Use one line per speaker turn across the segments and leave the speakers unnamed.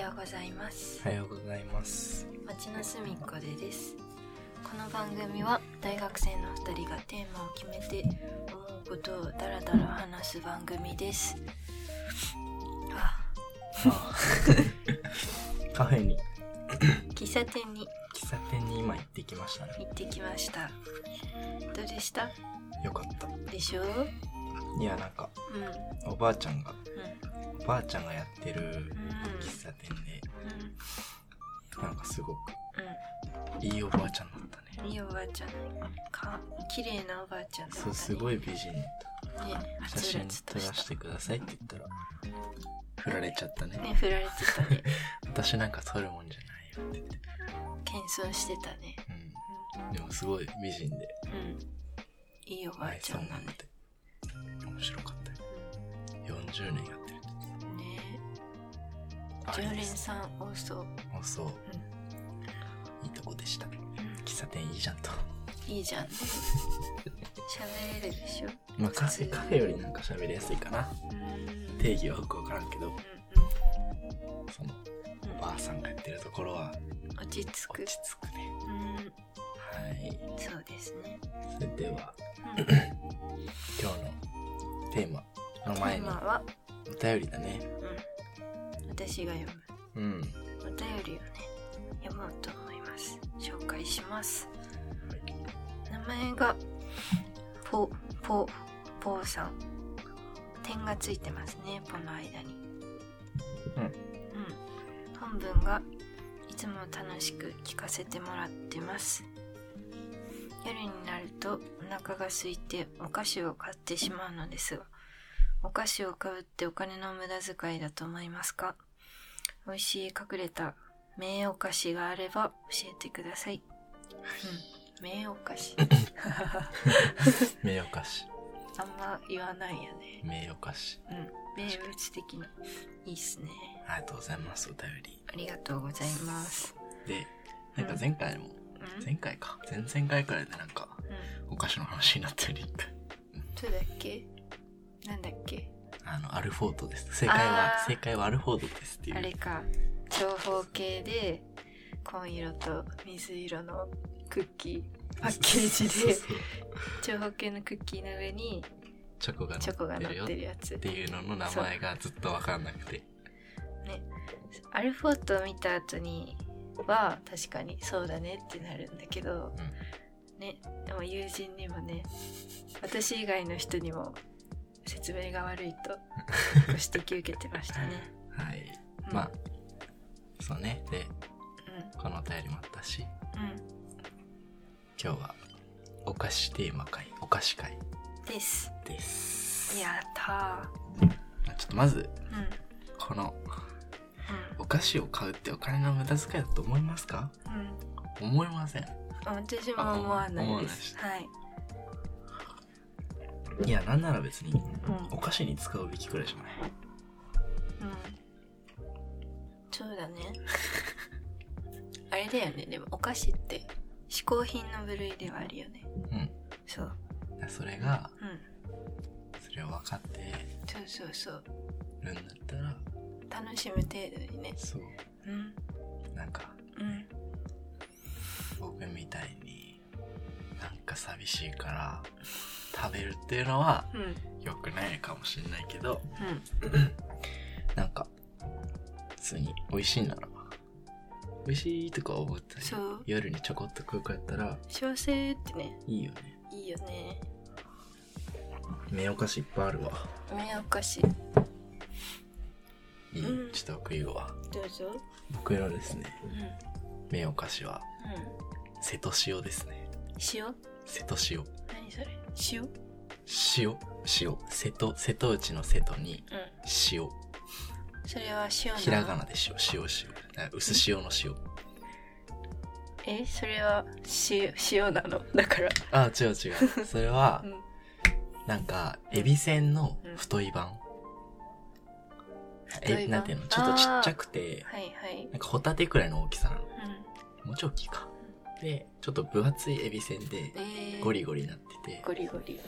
ようございます
おはようございます
町の隅っこでですこの番組は大学生の2人がテーマを決めて思うことをダラダラ話す番組ですあ
ああカフェに
喫茶店に
喫茶店に今行ってきましたね
行ってきましたどうでした
よかった
でしょう
いやなんか
うんうん
おばあちゃんがおばあちゃんがやってる
うん
喫茶店で
う
なんかすごくいいおばあちゃんだった
んうんい
ね
いおばあちゃんか綺麗なおばあちゃんだった、ね、
そうすごい美人だった
ねは
写
つら
真
つ
撮
と
ら
し
せてくださいって言ったら振られちゃった
たね
ね
振られてたね
私なんか撮るもんじゃないよって言って
謙遜してたね
うんでもすごい美人で
うんいいおばあ
愛
ち
想
ゃ
も
んな
あっ
んだ
て面白かったよ40年やってるって
ね
あ
常
れ
連
です
さん多そう、
あそういいとこでした喫茶店いいじゃんと
いいじゃん ね喋れるでしょ
まあカフェカフェよりなんか喋りやすいかな
うん
定義はよくわからんけど
う
そ
ん
の
うん
おばあさんがやってるところは
うん落ち着く
落ち着くね
うん
はい
そうです ね
それでは
うん
今日のテーマの前に
今は、
お便りだね
うん、私が読む
うん
お便りをね読もうと思います紹介します名前がポポポーさん点がついてますねポの間に
うん
うん本文がいつも楽しく聞かせてもらってます夜になるとお腹が空いてお菓子を買ってしまうのですがお菓子を買うってお金の無駄遣いだと思いますか美味しい隠れた名お菓子があれば教えてください。うん、名お菓 子。
名誉菓子
あんま言わないよね。
名誉菓子
うん、名物的にいいっすね。
ありがとうございますお便り
ありがとうございます。
でなんか前回も
うん、
前回か前々回くらいでなんか
うん、
お菓子の話になったよね一回
そうだっけ？なんだっけ？
あのアルフォートです正解は
あー
正解はアルフォートですっていう
あれか、長方形で紺色と水色のクッキー。パッケージで
そうそうそう
長方形のクッキーの上に
チョコが
チョコ
乗
が
ってる
乗
よ
っ
ってて
るやつ。
いうのの名前がずっと分かんなくて
アルフォートを見た後には確かにそうだねってなるんだけど、ねでも友人にもね私以外の人にも説明が悪いとご指摘受けてましたね。
はい
うん
まあそうねでこのお便りもあったし
うん、うん
今日はお菓子テーマ会お菓子会
です。
です
やった
まあちょっとまず
ー。うんうん
このお菓子を買うってお金の無駄遣いだと思いますか
うん、
思いません
私も思わないです。
あ
はい。
いやなんなら別に
うん、
お菓子に使うべきくらいじゃない
うん、そうだね。あれだよね、でもお菓子って嗜好品の部類ではあるよね。
うん
そう。
だからそれが
うん。
それを分かって
そうそうそう
るんだったら
楽しむ程度にね
そう
うん
なんか
うん
僕みたいになんか寂しいから食べるっていうのは
うん
良くないかもしれないけど
うん
なんか普通に美味しいなら美味しいとか思ったり
そう
夜にちょこっと食うかやったら
小生ってね
いいよね
いいよね
名お菓子いっぱいあるわ
梅お菓子
いい
うん
ちょっと僕言うわ
どうぞ
僕のですね
うんうん
名お菓子は瀬戸塩ですね
塩
瀬戸塩
何それ塩うん
塩塩瀬戸瀬戸内の瀬戸に塩
それは塩なの
ひらがなで塩塩塩あ薄塩の塩
えそれは塩塩なのだから
あ違う違 うそれは
うん
なんかエビせんの太い版、
太い版
えなんていうのちょっとちっちゃくて
はいはい
なんかホタテくらいの大きさなの
うん
もうちょい大きいかでちょっと分厚いエビせんで
えー、
ゴリゴリになってて
ゴリゴリ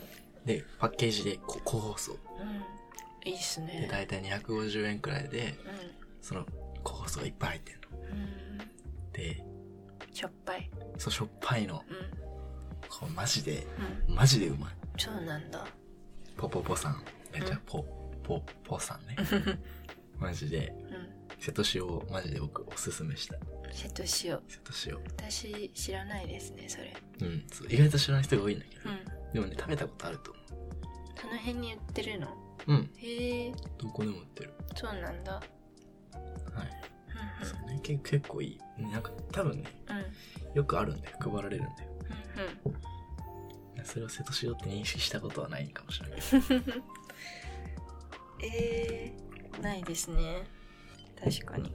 でパッケージでこ個包装
うんいいっす
で
ね
大体250円くらいで
うん
その酵素がいっぱい入ってんの。
うん
で、
しょっぱい
そう、しょっぱいの。
うん
こうマジで、
うん
マジでうまい。
そうなんだ
ポポポさん。めっち
う
ゃ
ん
ポ、ポ、ポさんね
う。ん
マジで、瀬戸塩をマジで僕おすすめした。
瀬戸塩
瀬戸
私知らないですねそれ
塩。うん。そう意外と知らない人が多いんだけど
う。ん
でもね、食べたことあると思
その辺に売ってるの
う。うん。
へえ
どこでも売ってる。
そうなんだ
はい。
うん
そうね、結結構いい。なんか多分ね、
うんうん
よくあるんだよ。配られるんだよ。
うん
それを瀬戸塩って認識したことはないかもしれない。
えー、ないですね確かに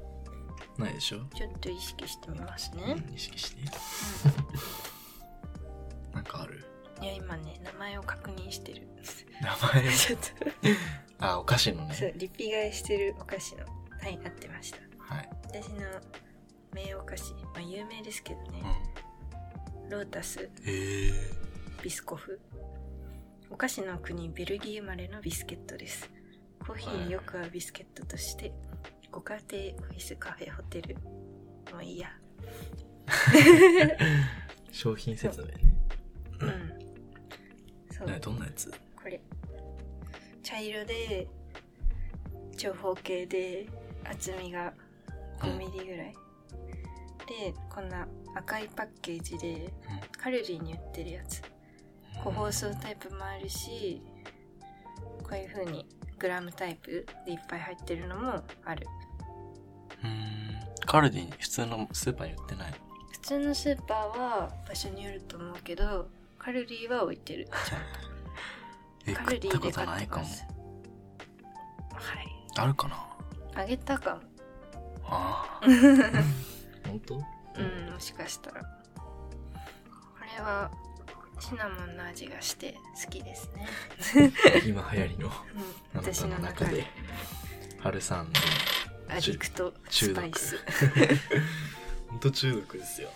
ないでしょ
ちょっと意識してみます
うん
ね、
認識して。なんかある
いや今ね名前を確認してる
名前。
ちょっと
あ、お菓子の
そう
ね。
リピ買いしてるお菓子のはい合ってました
はい。
私の名お菓子まあ有名ですけど
うん
ね。ロータス
ええ
ビスコフお菓子の国ベルギー生まれのビスケットですコーヒーによく合うビスケットとしてご家庭オフィスカフェホテルもういいや
商品説明ね。
うんそう
ねどんなやつ
これ茶色で長方形で厚みが5ミリぐらい、でこんな赤いパッケージでカルリーに売ってるやつ個包装タイプもあるしこういう風にグラムタイプでいっぱい入ってるのもある
うん。カルディに普通のスーパーに売ってない
普通のスーパーは場所によると思うけどカルリーは置いてるちゃん
え、
とカル
食
リ
った
ー
こ
で
と
買っ
ない
て
か
ま
も。
すはい
あるかな
あげたかも
ああ。 本当
うんもしかしたらこれはシナモンの味がして好きですね、
今流行りの。
うん、私の中で。
春さんの。
アディクトス
中
パイ
毒
スね。
本当中毒ですよ。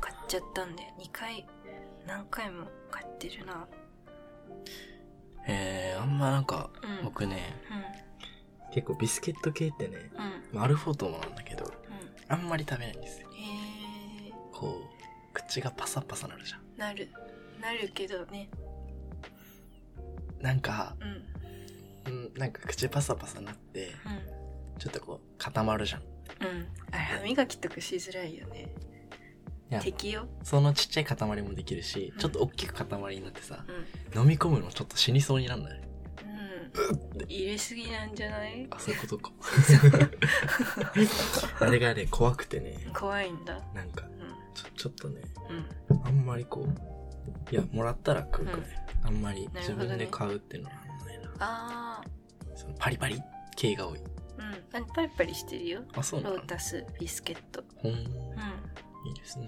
買っちゃったんで2回何回も買ってるな
えー、あんまなんか、
うんうん
僕ね、結構ビスケット系ってね、
うん
まあアルフォートもなんだけど、
う
あんまり食べないんですよ。
んへえ
こう、口がパサパサなるじゃん。
なるなるけどね
なんか、
うん
うん、なんか口パサパサなって、ちょっとこう、固まるじゃん。い
うんうんあれ歯磨きとかしづらいよね
や、
適用
そのちっちゃい塊もできるし
う、ん
ちょっと大きく塊になってさ、
う
飲み込むのちょっと死にそうになんない。
んうん入れすぎなんじゃない
あ、そういうことか。あれがね、怖くてね、
怖いんだ
なんか、
うん
ちょ、ちょっとね、
うん
あんまりこう、いや、もらったら食うくらい。あんまり
なる
自
ほどね
分で買うっていうのはあんまないな。
ああ
そのパリパリ系が多
う
い。
んあパリパリしてるよ
あ、そうな
ロ
の
ータスビスケット
ほん、
うん
いいですね。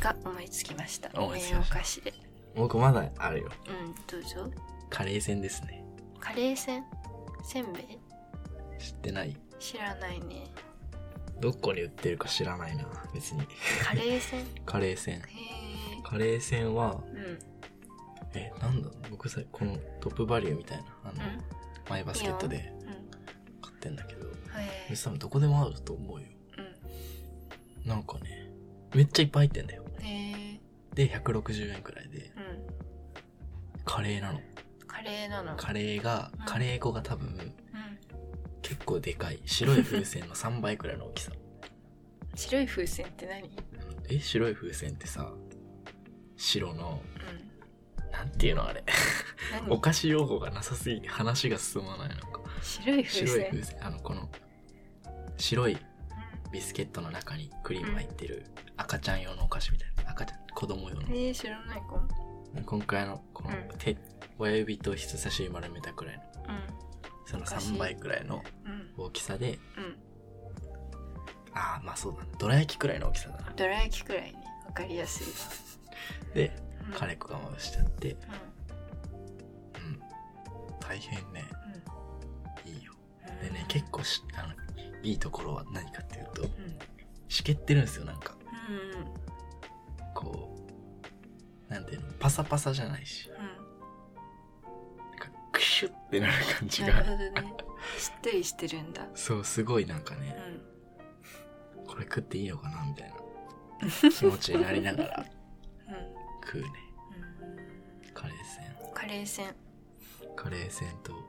が思いつきました
思いつきま
お
した
菓子で
僕まだあるよ。
うんどうぞ
カレー戦ですね。
カレーせんせんべい
知ってない
知らないね
どこに売ってるか知らないな。別に。
カレーせんへ
カレー戦。
え
カレー戦は、
うん
え、なんだろう僕さ、このトップバリューみたいな、あの、
う
マイバスケットで
んうん
買ってんだけど、
へえ
別に多分どこでもあると思うよ。
う
なんかね、めっちゃいっぱい入ってんだよ。
んへえ
で、160円くらいで、
うん
カレーなの。
カレーなの
カレーが
うん、
カレー粉が多分、
うん
結構でかい。白い風船の3倍くらいの大きさ。
白い風船って何うん
え、白い風船ってさ、白の、なんていうのあれ。お
何
菓子用語がなさすぎて話が進まないなんか。
白い風
白い
船
風船。あの、この、白いビスケットの中にクリーム入ってる赤ちゃん用のお菓子みたいな。赤ちゃん、子供用の
うん。へえ知らないかも
今回の、この
うん
手、親指と人差し指丸めたくらいの、その
お菓子
3倍くらいの
うんうん
大きさで、
うん
ああ、まあそうだな。どら焼きくらいの大きさだな。
どら焼きくらいねわかりやすい
で、
うん
カレー粉がまぶしてあって、
うん
うん。大変ね、
うん
いいよ。でね、結構し、あの、いいところは何かっていうと、
うん
しけってるんですよ、なんか。
うん
こう、なんていうの、パサパサじゃないし、
う
なんか、クシュってなる感じ
んなるほ
が、
どねしっとりしてるんだ。
そう、すごいなんか
う
ね、
ん。
これ食っていいのかなみ たいな気持ちになりながら
う
食うね。
ん。
カレーせん。
うん、カレーせん。
カレーせんと、
う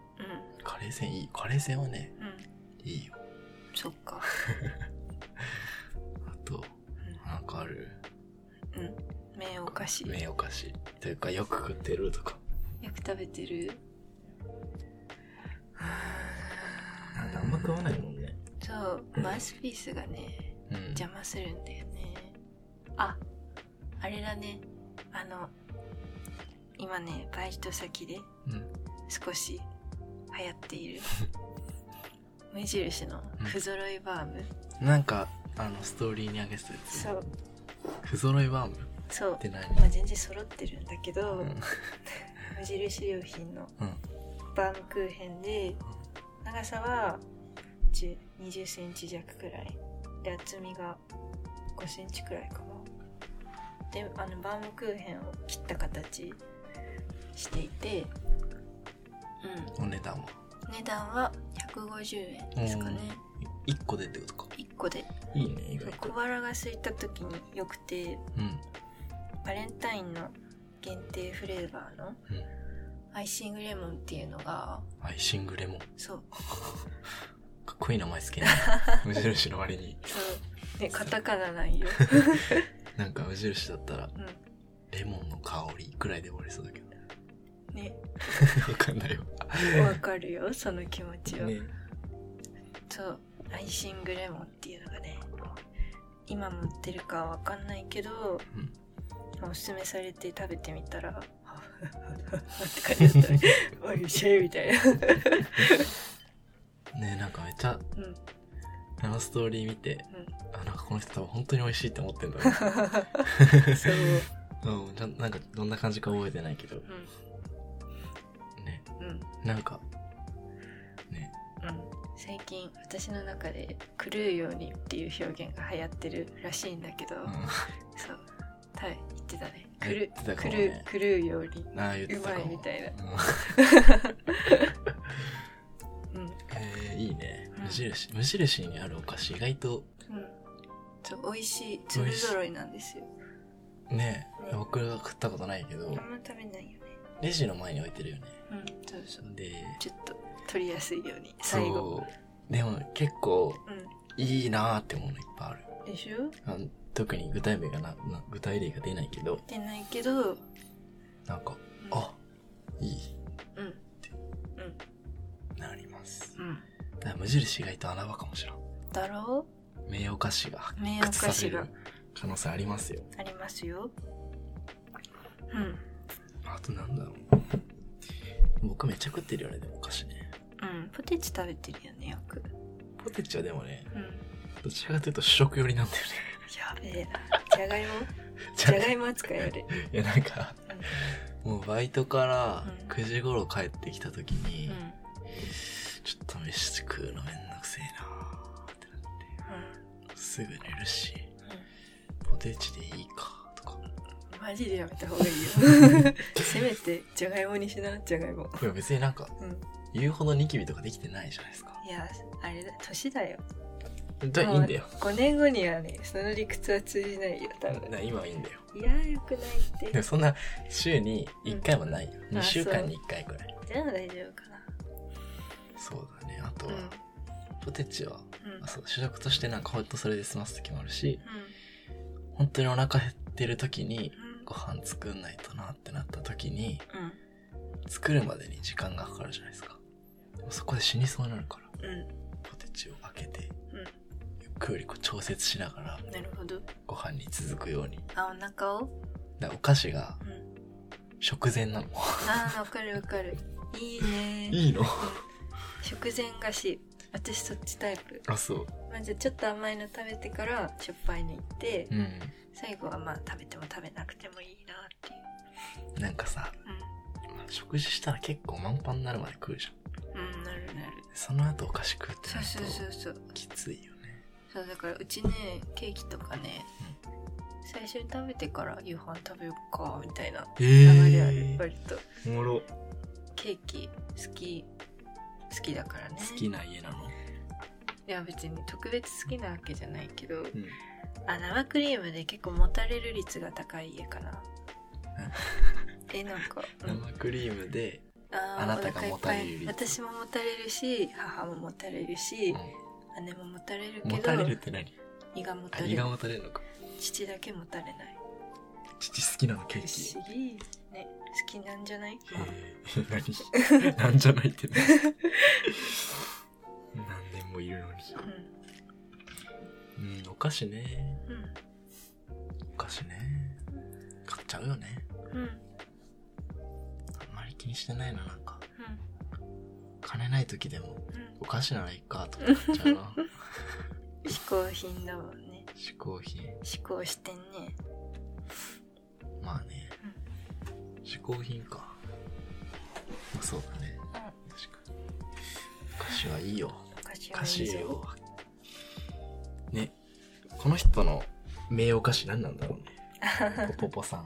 カレーせんいい。カレーせんはね、
ん。うん。
いいよ。
そっか。
あと、なんかある
うん。麺お菓子。よ
名お菓子。というか、よく食ってるとか。
く食べてる。
なんかあんま食わないもんね。
そう、マウスピースがね、
うん。
邪魔するんだよね。あ、あれだね。あの、今ね、バイト先で
うん。
少し流行っている。 無印の不揃いバーム。
なんか、あの、ストーリーにあげてたやつ。
そう、
不揃いバームっ
そう。
て何
まあ、全然揃ってるんだけど、
うん。
無印良品の
うん
バームクーヘンで長さは10 20センチ弱くらいで厚みが5センチくらいかなであのバームクーヘンを切った形していてうん
お値段は。
値段は150円ですかね
い1個でってことか。
1個で
いいね、意外
小
と。
腹が空いた時によくて
うん。
バレンタインの限定フレーバーの
うん
アイシングレモンっていうのが
アイシングレモン。
そう
かっこいい名前好 きね。無印の割に。
そうねカタカナないよ、
なんか無印だったら、
う
レモンの香りくらいで終わりそう だけど。
ん、ね
わかんないよ。
わかるよその気持ちは、
ね。
そうアイシングレモンっていうのがね今も売ってるかわかんないけど、おすすめされて食べてみたら はぁって感じだったねおいしいみたいな
ねなんかめっちゃ、
うん
あのストーリー見て、あ、なんかこの人多分本当に美味しいって思ってんだろ
そう、
うな。うん、ちゃんなんかどんな感じか覚えてないけど、ね、
うんうん
なんか、ね、
最近私の中で「狂うように」っていう表現が流行ってるらしいんだけど、
うん、
そうはい言ってたね「狂
言ってたかもね
う狂うように」
ああ言って
う
た
ま
か
い
も。
みたいな
うん
うん
えー、いいね
うん。
無印、無印にあるお菓子意外と、
うんそう美味しい粒揃いなんですよ
ね
う、ん
僕は食ったことないけ
あん
ど、
ま食べないよね
レジの前に置いてるよね。
うんそうそう
で、
ちょっと取りやすいように最後
そう。でも結構
う
いいなーってものいっぱいある。
んでしょ
あの特に具体名がなな具体例が出ないけど、
出ないけどうん
なんか、あ、いい、
うん
なります。
うん
だから無印意外と穴場かもしれん。
だろ
名誉菓子が発
う名誉
掘
菓
され
子が
る可能性ありますよ。
ありますようん
あとなんだろう。僕めっちゃ食ってるよね、でもお菓子ね。
うんポテチ食べてるよねよく
ポテチはでもね、
うん
どちらかというと主食寄りなんだよね。
やべえなじゃがい もじゃがいも扱いあれ
いやなんか、もうバイトから
うん
9時頃帰ってきた時
う
に
ん、うん
ちょっと飯食うのめんどくせえなーってなって、すぐ寝るし、ポテチでいいかとか。
うんマジでやめた方がいいよせめてじゃがいもにしなじゃがいも
いや別になんか、
うん
言うほどニキビとかできてないじゃないですか。
いやあれだ年だよ
だいいんだよ。
5年後にはねその理屈は通じないよ多分
だ今はいいんだよ。
いやよくないっ
で
て
もそんな週に1回もないよ。
ん
2
あ
週間に1回くらい。
じゃあ大丈夫かな
そうだね。あと
う
は
ん、
ポテチは、
うん
あそう、主食としてなんかほんとそれで済ます時もあるし、本当にお腹減ってる時に、ご飯作んないとなってなった時に、
うん
作るまでに時間がかかるじゃないですか。でもそこで死にそうになるから、
うん
ポテチを開けて、
うん
ゆっくりこう調節しながら、
うんなるほど
ご飯に続くように。
あお腹を
だからお菓子が
うん
食前なの。
あーわかるわかるいいね
いいの
食前菓子私そっちタイプ
あ、そう。
まずちょっと甘いの食べてからしょっぱいの行って
うん。
最後はまあ食べても食べなくてもいいなっていう
なんかさ、食事したら結構満パンになるまで食うじゃん。
うん、うん、なるなる
その後お菓子食うって
そ
な
う
る
そうそうそう
ときついよね。
そうだからうちねケーキとかね、最初に食べてから夕飯食べようかみたいな
え
流れある、割と
おもろ。
ケーキ好き好きだからね
好きな家なの
いや別に特別好きなわけじゃないけど
うん
あ生クリームで結構もたれる率が高い家かな えなんか、うん、
生クリームで、
あー
あなたがもたれ
お腹いっぱ
る
い
率
私ももたれるし母ももたれるし姉ももたれる
うん、
け
もたれるっ
ど
て何
胃がもた
あ
れ
胃
る
がもたれるのか
父だけもたれない
父好きなのケー
不
キ
思議ね好きなんじゃない、まあ
えー、何 なんじゃないってね何年もいるのにうんお菓子ね
うん
お菓子ね買っちゃうよね
うんうんうん
あんまり気にしてないななんか金ない時でもお菓子ならいいかとか買っちゃう な
うん嗜好品だもんね
嗜好品
嗜好してんね
まあね嗜好品かまあそうだね
うん
確かにお菓子はいいよ
お菓子
お
は
菓
い
子
いぞ
よねこの人の名お菓子何なんだろうねポポ ポさん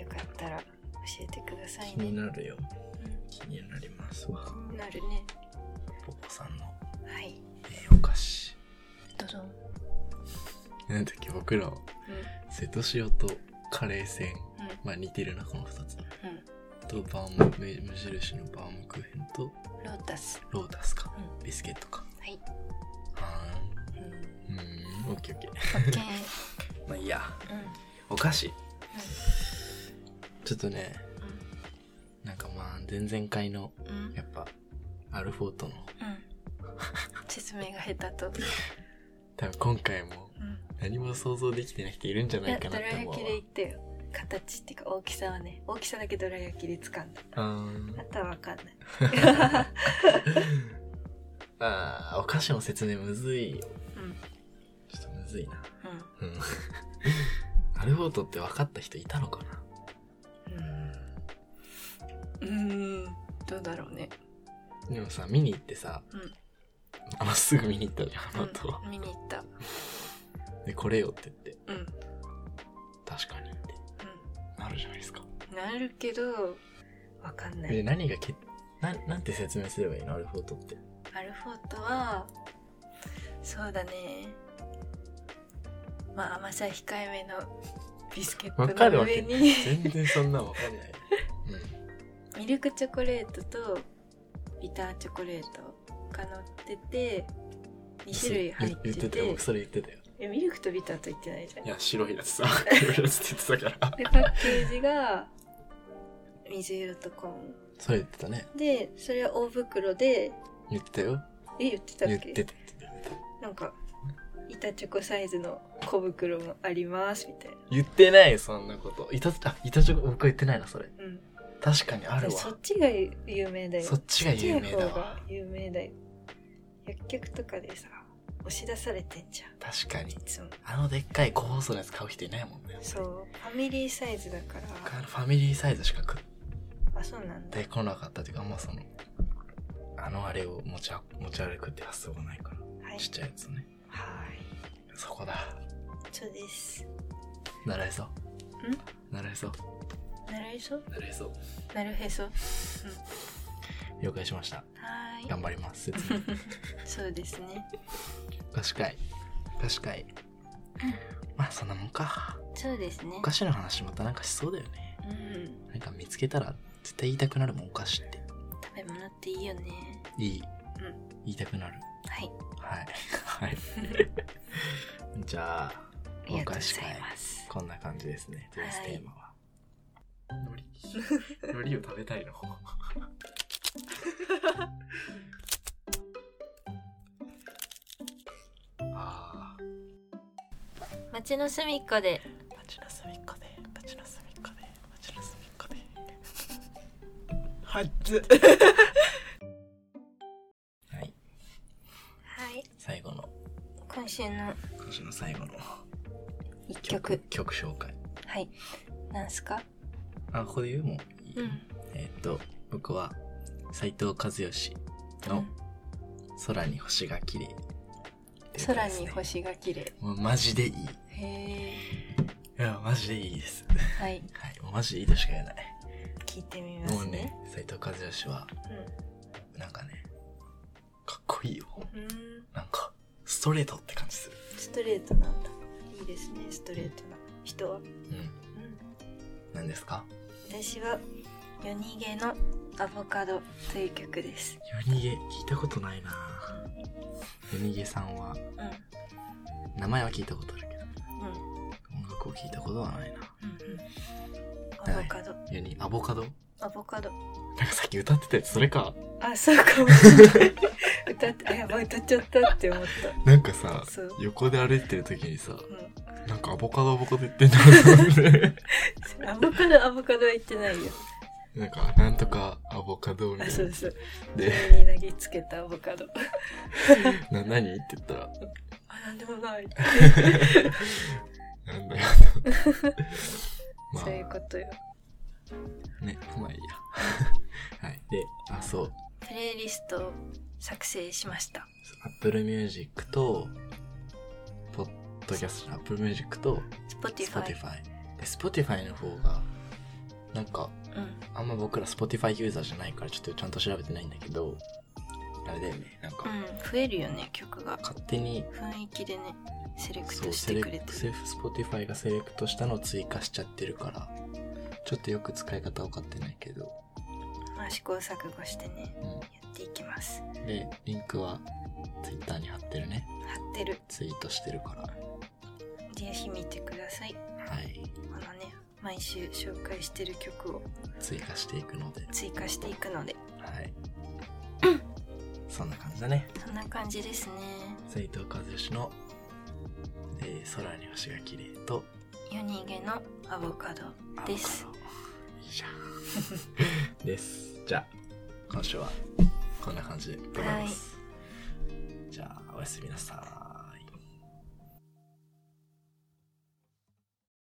よかったら教えてください
気に
ね
なるよ
うん
気になりますわ
気になるね
ポポさんの
はい
名お菓子
どどん、うん、
なんだっけ僕ら瀬戸塩とカレー船
う
まあ似てるなこの2つ
んうん
とバーム無無印のバームクーヘンと
ロータス
ロータスか、
う
ビスケットか
はい
は
うん
ーんうーんオッケーオッケー
OK
まあいいや
うんうん
お菓子ちょっとねなんかまあ前々回の
うんうん
やっぱアルフォートの
説明が下手と、
多分今回も
うん、
何も想像できてない人いるんじゃ
い
な
や
いか
ど
なっ
ら
て
焼
思う
きで言ってよ形っていうか大きさはね大きさだけどら焼きで掴んだ
わうーん
あとは分かんない
あーお菓子の説明むずいよ
うんうん
ちょっとむずいなうん アルフォートって分かった人いたのかな
うーんどうだろうね
でもさ見に行ってさ、
うん
あのすぐ見に行ったじゃんあの後は、
うん見に行った
でこれよって言って
うんう
確かにってなるじゃないですか
んなるけど分かんな
で
い
何がけななんて説明すればいいのアルフォートって
アルフォートはそうだねまあ甘さ控えめのビスケッ
わか
ト
る
の
わけ
上に
全然そんなん分か んない、うん、
ミルクチョコレートとビターチョコレートが乗ってて2種類入って
言って
て
たよ僕それ言ってたよ
えミルクとビターと言ってないじゃん
いや白いやつさ白いやつって言ってたから
でパッケージが水色とコーン
それ言ってたね
でそれは大袋で
言ってたよ
え言ってたっ
言
け
ってた言ってた
なんか板チョコサイズの小袋もありますみたいな
言ってないそんなこといたあいたちょ僕は言ってないなそれ
うん
確かにあるわ
そっちが有名だよ
そっちが有名
そ
だ
っちの方が
わ
有名だよ薬局とかでさ押し出されてんじゃんい
確かに
つも
あのでっかい個包装のやつ買う人いないもんね
そうファミリーサイズだから
僕あのファミリーサイズしか食っ
あそうなんだ
てこなかったっていうかあんまそのあのあれを持ちあ持ち歩くって発想がないから
はい
ちっちゃいやつね
はい
そこだ
そうです
習えそう習えそう
なるへそ
習えそう
なるへそは
了解しました
ーい
頑張りま す説明
そうですね
確かに確かにまあそんなもんか
そうですね
お菓子の話またなんかしそうだよね
うん
なんか見つけたら絶対言いたくなるもんお菓子って
食べ物っていいよね
いい、
うん
言いたくなる
はい
は いはい じゃあ
あり
お
がとうご
菓
ざ
子会
います
こんな感じですねトース
はい
テーマは海苔海苔を食べたいの あー
街の隅っこで
町の隅っこで町の隅っこで町の隅っこではっずは
は
い
い
最後の
今週の
今週の最後の
一曲
曲紹介
はいなんすか
あここで言うもういい、
うん
えーっと僕は斉藤和義
う
の
ん
「空に星が綺麗っていう歌
空
ですね
に星が綺麗
もうマジでいいい
へえ
やマジでいいです
はい
はいもうマジでいいとしか言えない
聞いてみま
も
す
う
ね
ね斉藤和義はなんかね、かっこいいよ。
うん
なんか、ストレートって感じする。
ストレートなんだいいですねストレートな人は、う
うん。
ん、
何ですか
私は「夜逃げのアボカド」という曲です
夜逃げ、聞いたことないな夜逃げさんは、
うんうん
名前は聞いたことあるけど、音楽を聞いたことはないな。
うんうんアボカド
夜に、アボカド
アボカド
なんかさっき歌ってたやつ、それか。
あそうかもしれない歌ってあやばい歌っちゃったって思っ
なんかさ
た、そう
横で歩いてる時にさ、
う
なんかアボカドアボカド言ってんだなと思って。
ん、アボカドアボカドは言ってないよ
なんか、なんとかアボカドみたい
あ
な。
そうそう
で、
上に投げつけたアボカド
な、何って言ったら、
あなんでもない、
なんだよ。ま
そういうことよ
あ、ね、まあいいや。 はい。で、あ、そう。
プレイリストを作成しました
Apple Music と、ポッドキャスト、Apple Music と
Spotify
Spotify。で、Spotify の方が、なんか、
うん
あんま僕ら Spotify ユーザーじゃないからちょっとちゃんと調べてないんだけど、あれだよね、なんか、
うん増えるよね曲が
勝手に、
雰囲気でねセレク
そ
ト
う、
し
セ
て
レ
くれて
クセ Spotify がセレクトしたのを追加しちゃってるから、ちょっとよく使い方分かってないけど、
まあ、試行錯誤してね
うん。
やっていきます
で、リンクは Twitter に貼ってるね。
貼ってる
ツイートしてるから。
ぜひ見てください
はい。
このね毎週紹介してる曲を
追加していくので。
追加していくので
はい。そんな感じだね。
そんな感じですね
斉藤和義の、えー空に星が綺麗と、
夜逃げのアボカドです
アボカド。いいじゃん。 です。じゃあ、今週はこんな感じでございます。じゃあ、おやすみなさい。